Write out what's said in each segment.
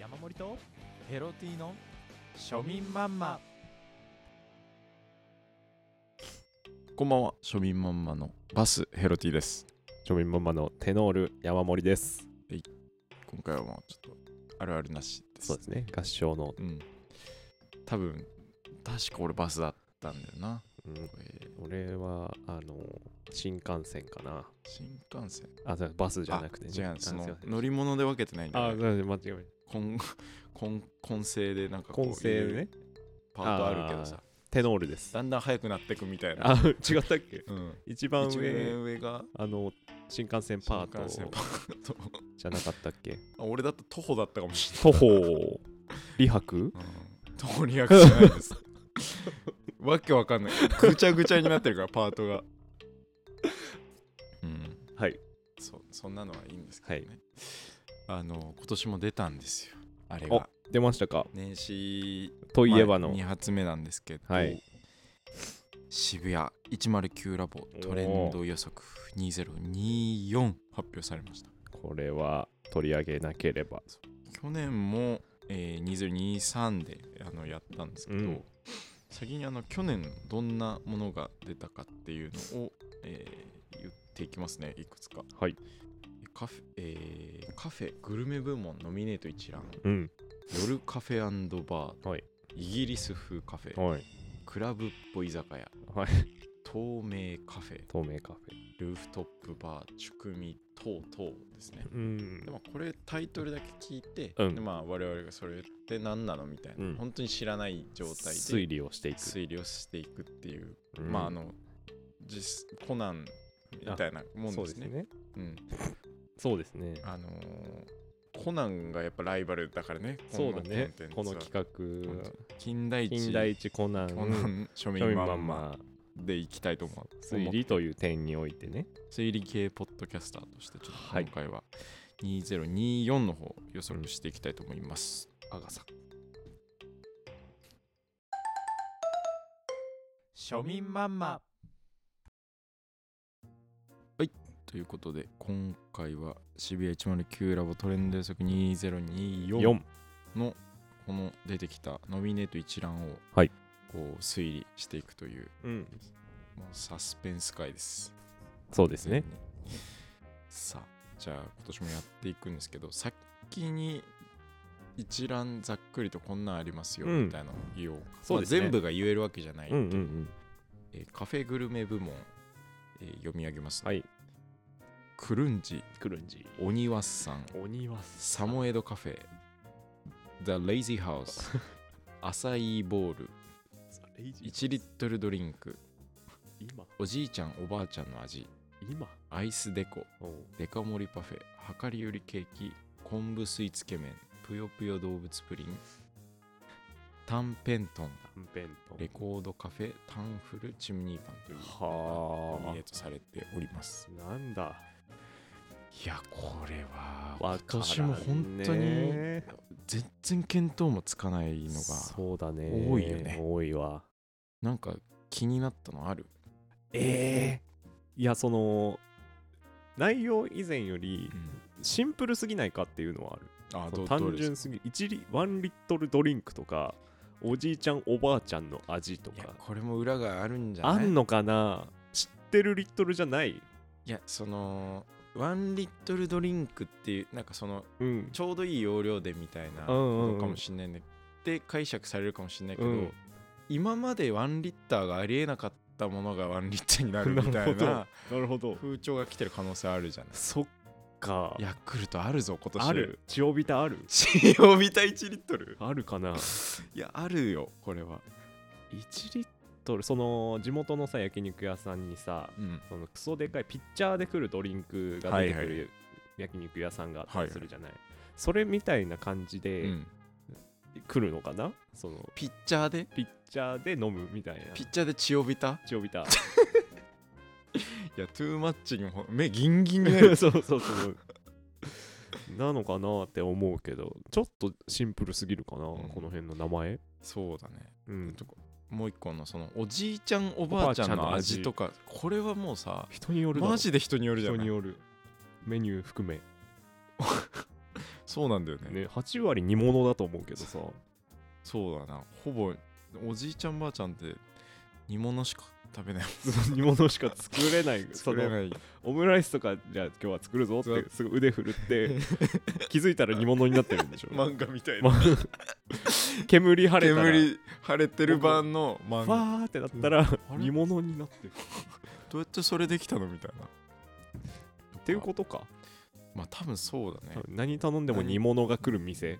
山盛りとヘロティの庶民マンマこんばんは、庶民マンマのバスヘロティです。庶民ママのテノール山盛りです。今回はもうちょっとあるあるなしです。そうですね、合唱の。うん。多分、確か俺バスだったんだよな。うん、えー俺は、あの、新幹線かな。新幹線あ、そうバスじゃなくて、違う、そあすいのません乗り物で分けてないんだあ、よすいね。ません、間違えまし 混混混成でなんかた。こう混声いねう。パートあるけどさ、テノールです。だんだん速くなってくみたいな。あ、違ったっけうん。一番一上、面上があの、新幹線パー新幹線パトート。じゃなかったっけあ俺だと徒歩だったかもしれない。徒歩、美白うんとにかくじゃないです。わけわかんない。ぐちゃぐちゃになってるから、パートが。うん。はい。そそんなのはいいんですけどね。あの、今年も出たんですよ。あれおが。出ましたか年始といえばの2。発目なんですけど、はい渋谷109ラボトレンド予測2024発表されました。これは取り上げなければ。去年も、えー2023であのやったんですけど、うん先にあの去年どんなものが出たかっていうのを、えー言っていきますねいくつかはいカフェ、えーカフェグルメ部門ノミネート一覧うん。夜カフェバー、はいイギリス風カフェはい。クラブっぽい居酒屋はい。透明カフェ透明カフルーフトップバーチュクミ等々ですねェ。うんでもこれタイトルだけ聞いて、うんでまあ我々がそれって何なのみたいな、うん本当に知らない状態で推理をしていく。推理をしていくっていう、うんまああの実コナンみたいなもんそうでですすねね。うんそうですね。あのーコナンがやっぱライバルだからねそうだね。ここののコンテンツは企画は、近代一近代一コナン、コナン庶庶民民ママンンママ、でいきたいと思う推理という点においてね。推理系ポッドキャスターとしてちょっとはい今回は2024の方予測していきたいと思います。アガサ庶民マンマということで今回は渋谷109ラボトレンド予測2024 4。のこの出てきたノミネート一覧をこはいう推理していくといううん。もうサスペンス回です。そうですね。さあじゃあ今年もやっていくんですけど先に一覧ざっくりとこんなんありますようんみたいなのを言おうか、そうですねまあ全部が言えるわけじゃない、うんうんうん。えーカフェグルメ部門、えー読み上げます、はい。クルンジクルンジ。オニワッサン鬼はサモエドカフェ The Lazy House アサイーボール1リットルドリンク今、おじいちゃんおばあちゃんの味今。アイスデコおうデカ盛りパフェ、量り売りケーキ、昆布水つけ麺、ぷよぷよ動物プリン、タンペントン、短編と。レコードカフェ、タンフルチムニーパンというはノミネートされております。あ。なんだ。いや、これは、今わからんね年も本当に全然見当もつかないのが、そうだね。多いよね多いわ。なんか気になったのあるええいや、その、内容以前よりうんシンプルすぎないかっていうのはある。あそどどの単れです純すぎる。1リ、1リットルドリンクとか、おじいちゃん、おばあちゃんの味といやか、、これも裏があるんじゃないあんのかな知ってるリットルじゃない。いや、その、ワンリットルドリンクっていう、なんかその、うん。ちょうどいい容量でみたいなうんうんうんことかもしれないね。で解釈されるかもしれないけど、うん今まで1リッターがありえなかったものが1リッターになるみたなるいほどななるほど。風潮が来てる可能性あるじゃない。そっか。ヤクルトあるぞ今年。ある。血をびたある塩ビタ1リットルあるかないやあるよこれは。 ?1 リットル、その、地元のさ、焼肉屋さんにさ、うん。そのクソでかいピッチャーで来るドリンクが出てくはいはる焼肉屋さんがあったはいはりいするじゃない、それみたいな感じうでん、来るのかな、そのピッチャーでピッチャーで飲むみたいなピッチャーで塩ビタチオビタいやトゥーマッチにも目ギンギンにな そるうそう そうなのかなって思うけどちょっとシンプルすぎるかな、んこの辺の名前そうだね。うんとかもう一個のそのおじいちゃんおばあちゃんの味とかこれはもうさ人によるだろマジで人によるじゃ人ないによるメニュー含めそうなんだよねね、8割煮物だと思うけどさ、そうだなほぼおじいちゃんばあちゃんって煮物しか食べない煮物しか作れ ない。作れない そのオムライスとか、じゃあ今日は作るぞって、すごい腕振る って、気づいたら煮物になってるんでしょ。漫画みたいな ま煙晴れたら、煙晴れてる版の漫ファ画ーってなったら、あれ煮物になってる。どうやってそれできたのみたいなっていうことか。まあ多分そうだね何頼んでも煮物が来る店。い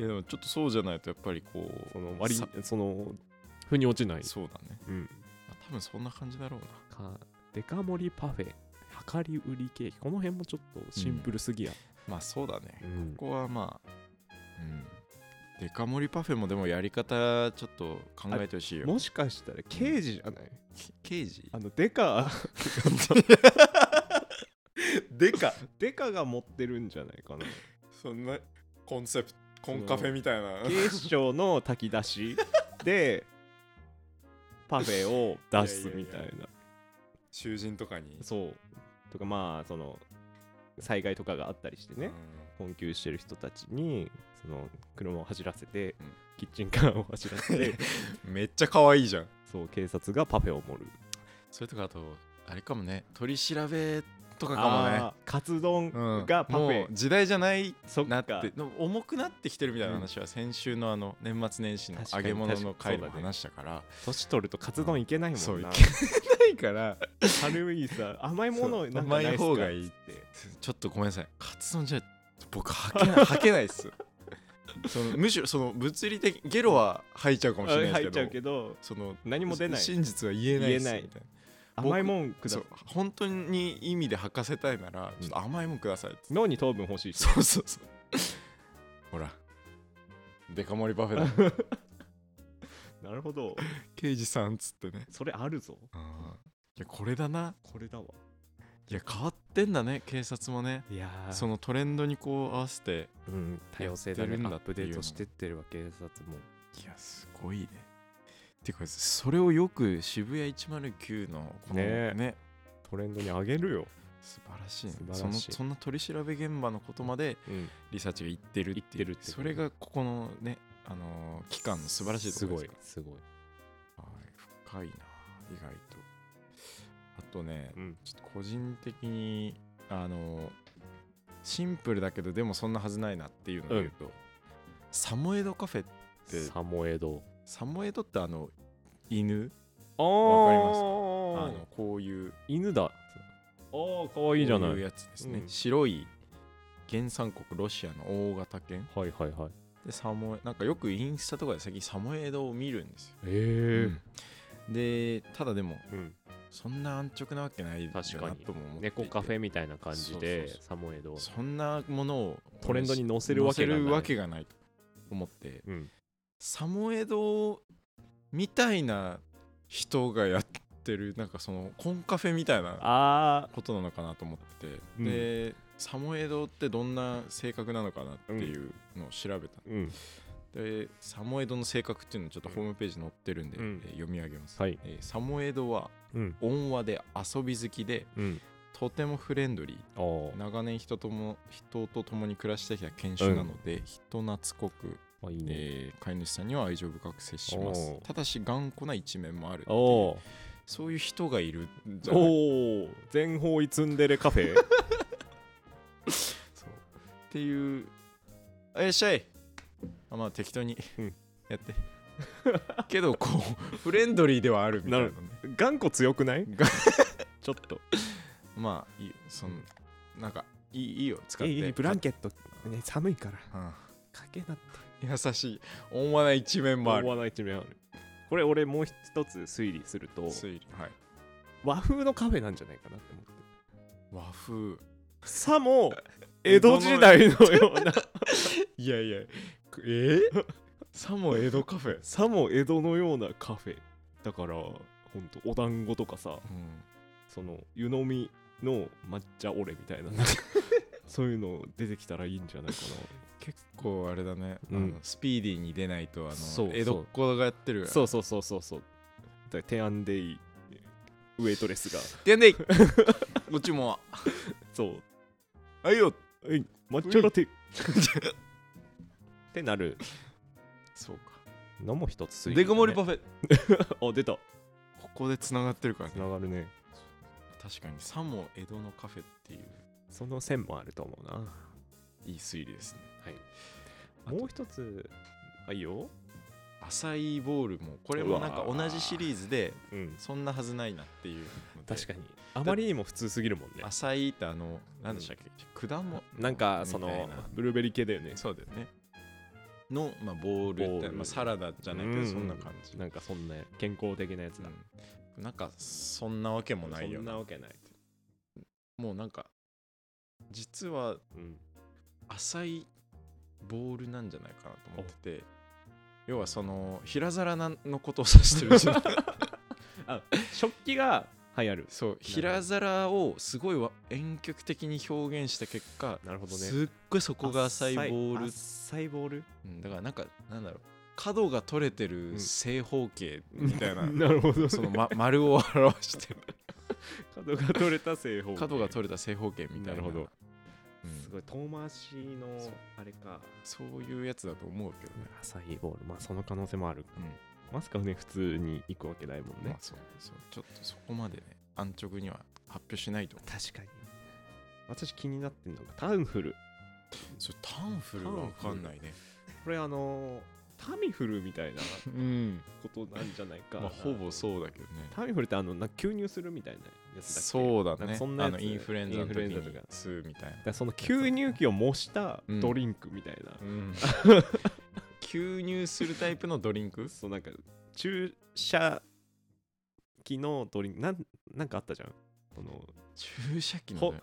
やでもちょっとそうじゃないとやっぱりこうその割さその腑に落ちない。そうだね、うんまあ多分そんな感じだろうなかデカ盛りパフェ、量り売りケーキ、この辺もちょっとシンプルすぎや。まあそうだね、うんここはまあうんデカ盛りパフェもでもやり方ちょっと考えてほしいよもしかしたら刑事じゃない刑事あのデ カデカデカが持ってるんじゃないかなそんなコンセプトコンカフェみたいな警視庁の炊き出し でパフェを出すみたいな 囚人とかにそうとかまあその災害とかがあったりしてね困窮してる人たちにその車を走らせて、うんキッチンカーを走ら せてめっちゃ可愛いじゃんそう警察がパフェを盛るそれとかあとあれかもね取り調べとかかもねあーカツ丼うんがパフもェ、う時代じゃないそっなかってでも重くなってきてるみたいな話は先週のあの年末年始の確か揚にげ物の確かに回でもそうだね話したから年取るとカツ丼いけないもそうんいなけないから軽いさ甘いものなんか甘ないい方方ががいいいいっってちょっとごめんなさいカツ丼じゃ僕はけ ないはけないっすそのむしろその物理的ゲロは吐いちゃうかもしれない入でっすけちゃうどけどその何も出ない真実は言えないっす言えないみたい僕甘いもんくなそだう本当に意味で吐かせたいならちょっと甘いもんくださいって脳に糖分欲しいしそうそうそうほらデカ盛りパフェだなるほど 刑事さんっつってねそれあるぞいやこれだなこれだわいや変わってんだね警察もねいやーそのトレンドにこう合わせてうん多様性だねアップデートしてってるわ警察もいやすごいねてかそれをよく渋谷109のこのねねえトレンドに上げるよ、素晴らしい,、ね、素晴らしいそのそんな取り調べ現場のことまでうん、リサーチが言ってるっていう言ってるってことそれがここのねあのー期間の素晴らしいところですかすごいすらはい深いな意外とあとねごい、うん、ちょっと個人的にあのーシンプルだけどでもそんなはずないなっていうのを言うと、サモエドカフェでサモエドサモエドってあの犬ああわのこういう犬だああかわいいじゃないこういうやつですね、うん白い原産国ロシアの大型犬はいはいはいでサモエなんかよくインスタとかで最近サモエドを見るんですよ、ええうんでただでもうんそんな安直なわけないよな確かにとも思っていて猫カフェみたいな感じでそうそうサモエドをそんなものをトレンドに載せ載るわけせがないるわけがないと思ってうん、サモエドみたいな人がやってるなんかそのコンカフェみたいなあことなのかなと思ってて、うんでサモエドってどんな性格なのかなっていうのを調べた、ーうんでサモエドの性格っていうのをちょっとホームページに載ってるんで、うんえー読み上げます、はいえーサモエドはうん温和で遊び好きでうんとてもフレンドリあーー長年人とも人と共に暮らしてきた犬種なので、人懐っこく、あいいねえー飼い主さんには愛情深く接しますおーただし頑固な一面もあるっていうおーそういう人がいるんじゃないおー全方位ツンデレカフェそうっていうあいらっしゃいあまあ適当にうんやって、けどこうフレンドリーではあるみたいなね頑固強くないが ちょっとまあいいよそのなんかいいいいよ使っていいブランケット、ね、寒いからうんかけなって優しい温和な一面もあ思るわない一面あるこれ俺もう一つ推理すると推理はい和風のカフェなんじゃないかなって思って和風さ も江戸時代のよ うないやいやえ さも江戸カフェ、さも江戸のようなカフェだからほんとお団子とかさうん、その湯飲みの抹茶オレみた いななんかそういうの出てきたらいいんじゃないか結構あれだね、うんあのスピーディーに出ないとあのそうそう江戸っ子がやってるなそうそうそうそうそうだから提案でいいウェイトレスが でんでいご注文はそうはいよえい抹茶ラテってなる そうかのも一つスイートデカ盛りパフェあ出たここでつながってるからつねながるね確かにさも江戸のカフェっていうその線もあると思うないい推理ですねあともう一つあいいよ浅いボールもこれもなんか同じシリーズでうんそんなはずないなっていうので確かにあまりにも普通すぎるもんね浅いってあの何でしたっけ果物なんかそみたのいなブルーベリー系だよねそうだよねの、まあ、ボールっボてールまあ、サラダじゃないけうどうそんな感じ、なんかそんな健康的なやつだ、うんなんかそんなわけもないよそんななわけない、もうなんか実はうん、浅いボールなんじゃないかなと思ってて要はその平皿なのことを指してるじゃない食器が流行る そう 平皿をすごいわ遠曲的に表現した結果なるほどねすっごいそこが浅いボール、浅いボールうんだからなんかなんだろう角が取れてる正方形みたい な、 なるほどその、ま、 丸を表してる角が取れた正方形角が取れた正方形みたいななるほどうんすごい遠回しのあれかそういうやつだと思うけどね、浅いボールまあその可能性もあるうんマスカはね普通に行くわけないもんまあね、そうそうちょっとそこまでね安直には発表しないと確かに私気になってんのがタンフルそれタンフルは分かんないねこれあのータミフルみたいなうんことなんじゃないか まあほぼそうだけどねタミフルってあのなんか吸入するみたいなやつだっけそうだなんかねそんなあやつのインフルエンザの時インフルエンザにとか吸うみたいなだからその吸入器を模したうんドリンクみたいな、 吸入するタイプのドリンクそうなんか注射器のドリンクなんなんかあったじゃんその注射器のほね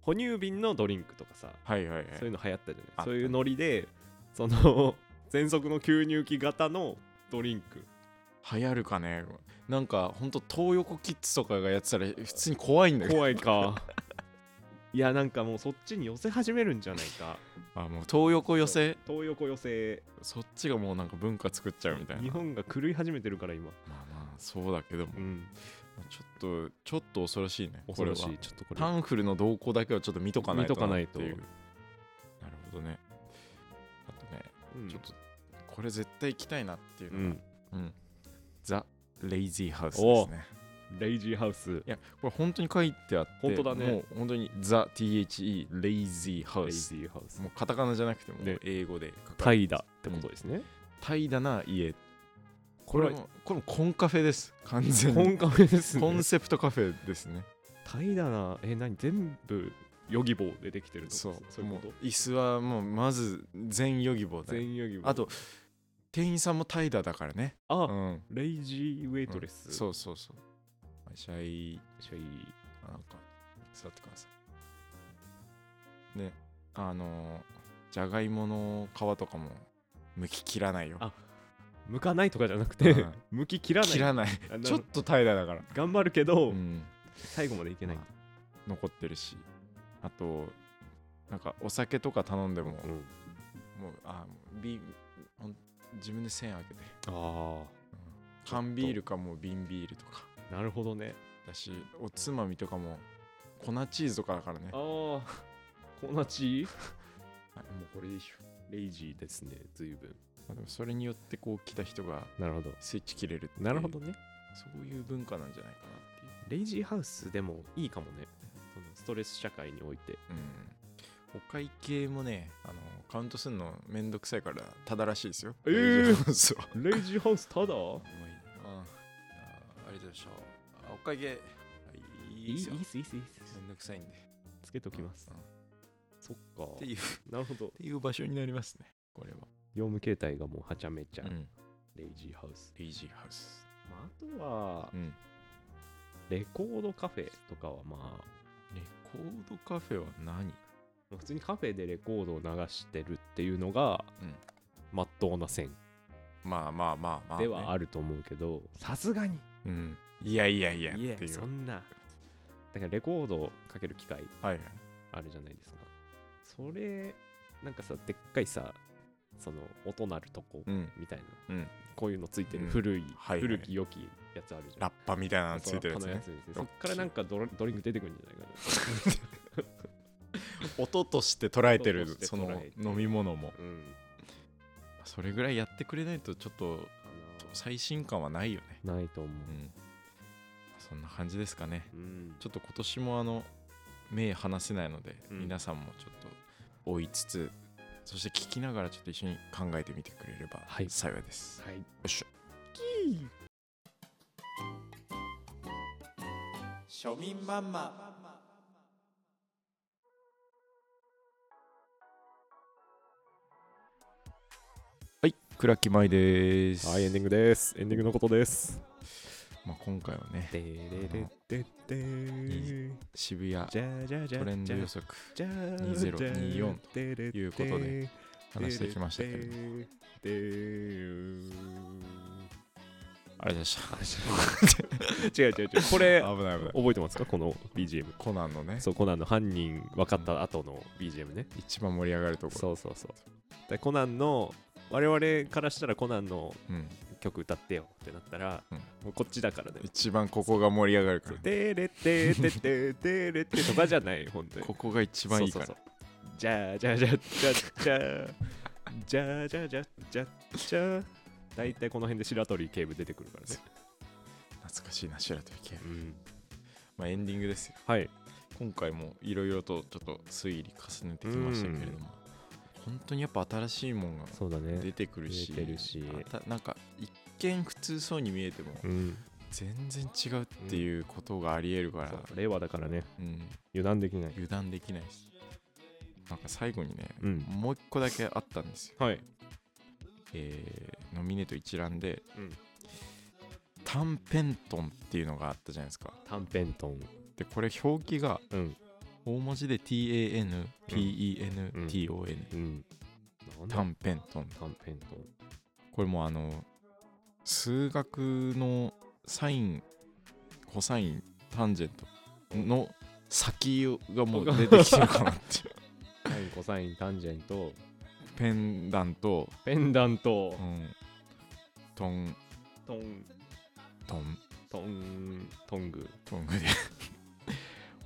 哺乳瓶のドリンクとかさはいはいはいそういうの流行ったじあゃなっいたそういうノリでその 喘息の吸入器型のドリンク流行るかねなんかほんと東横キッズとかがやってたら普通に怖いんだけど怖いか いやなんかもうそっちに寄せ始めるんじゃないかあもう東横寄せ東横寄せそっちがもうなんか文化作っちゃうみたいな日本が狂い始めてるから今まあまあそうだけどもうんちょっとちょっと恐ろしいねこ恐れはろしいちょっとこれタンフルの動向だけはちょっと見とかないと見とかないとっていうなるほどねあとね、うんちょっとこれ絶対行きたいなっていううのが、んザ・レイジーハウスですねレイジーハウスいやこれ本当に書いてあって本当だねもう本当にザ・ THE レイジーハレウイスジーハウスもうカタカナじゃなくてもね英語で書かタれてイだってことですね、怠惰な家ここれもこれもコンカフェです完全コにンカフェですコねンセプトカフェですねタイだなえ何全部ヨギボーでできてるのそうそういうこもとう椅子はもうまず全ヨギボーだよ全ヨギボーあと店員さんもタイダーだからねあ、うんレイジーウェイトレス、そうそうそうシャイシャイなんか座ってくださいであのーじゃがいもの皮とかも剥き切らないよあ向かないとかじゃなくて、うん向き切らない切らないあなるちょっと怠惰だから、頑張るけど、うん、最後までいけないんだ、残ってるしあとなんかお酒とか頼んでも、うんもうあもうビほん自分で1000円開けてあ缶ビールかもう瓶ビールとかあなるほどねだしおつまみとかも粉チーズとかだからねああー 粉チ ーはいもうこれでいいでしょレイジーですね随分まあでもそれによってこう来た人がなるほどスイッチ切れるっていうなるほどねそういう文化なんじゃないかなっていうレイジーハウスでもいいかもねそのストレス社会においてうんお会計もねあのカウントするのめんどくさいからただらしいですよえーレイジハウスは レイジーハウスただもういいああありがとうございましたあお会計 いいいですよいいっすいいっすいいっすめんどくさいんでつけときますうんっそっかていうってなるほどいう場所になりますねこれは業務形態がもうはちゃめちゃ、うんレイジーハウス、レイジーハウスまあ、あとはうんレコードカフェとかはまあレコードカフェは何まあ普通にカフェでレコードを流してるっていうのが、うんまっとうな線まあまあまあまあね、ではあると思うけどさすがにうんいやいやいやっていいやうそんなだからレコードをかける機械はいはいあるじゃないですかそれなんかさでっかいさその音鳴るとこうんみたいな、うんこういうのついてるうん古い、はいはい古き良きやつあるじゃんラッパみたいなあのついてるやつねそっからなんかドラドリンク出てくるんじゃないかな音として捉えて音るとしてそ捉のえてる飲み物もうんそれぐらいやってくれないとちょっと最新感はないよねないと思うう、んそんな感じですかねうんちょっと今年もあの目離せないので、うん皆さんもちょっと追いつつそして聞きながらちょっと一緒に考えてみてくれればはい幸いです、はいよいしょ庶民マンマはい倉木舞です、はい、エンディングです。エンディングのことです。まあ、今回はねでれれででー渋谷じゃじゃじゃトレンド予測2024ということで話してきましたけれどもあれで した違う違う違う。これ、危ない危ない覚えてますかこの BGM。コナンのねそう、コナンの犯人分かった後の BGM ね。一番盛り上がるところそうそうそう。でコナンの、我々からしたらコナンのうん、曲歌ってよってなったら、うんもうこっちだからね。一番ここが盛り上がるかそうら、ね、でれででででれでとかじゃない、本当に。ここが一番いいからそうそうそうじゃあじゃあじゃあじゃあじゃあじゃあじゃあじゃあじゃあじゃあ大体この辺で白鳥警部出てくるからね、懐かしいな白鳥系うん、まあエンディングですよはい今回もいろいろとちょっと推理重ねてきましたけれども、本当にやっぱ新しいもんがそうだね出てくるし,あた、出てるしなんか一見普通そうに見えてもうん全然違うっていうことがありえるから、そう令和だからねうん油断できない油断できないしなんか最後にね、うんもう一個だけあったんですよ、はいえーノミネート一覧で、うん短編トンっていうのがあったじゃないですか短編トンでこれ表記がうん大文字で TANPENTON、うん短編トン短編トンこれもうあの数学のサインコサインタンジェントの先がもう出てきてるかなってい うサインコサインタンジェントペンダント、ペンダントうん、トントントントントングトングで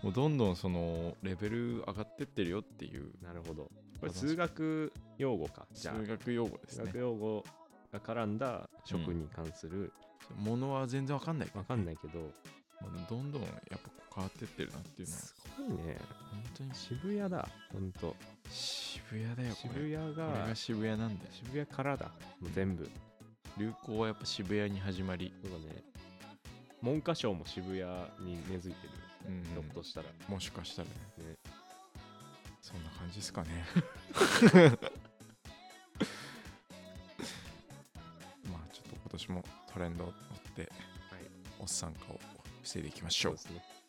もうどんどんそのレベル上がってってるよっていうなるほどこれ数学用語かじ数ゃあ学用語です数学ね用語が絡んだ食に関する、ものは全然わかんないけどわかんないけど、もうどんどんやっぱ変わってってるなっていうのはすごいね本当に渋谷だほんと渋谷だよこ渋れ谷がこれが渋谷なんだよ渋谷からだもう全部流行はやっぱ渋谷に始まり、そうだね文科省も渋谷に根付いてるうんひょっとしたら、もしかしたらねねそんな感じですかね まあちょっと今年もトレンドを追って、おっさん化を防いでいきましょうそうですね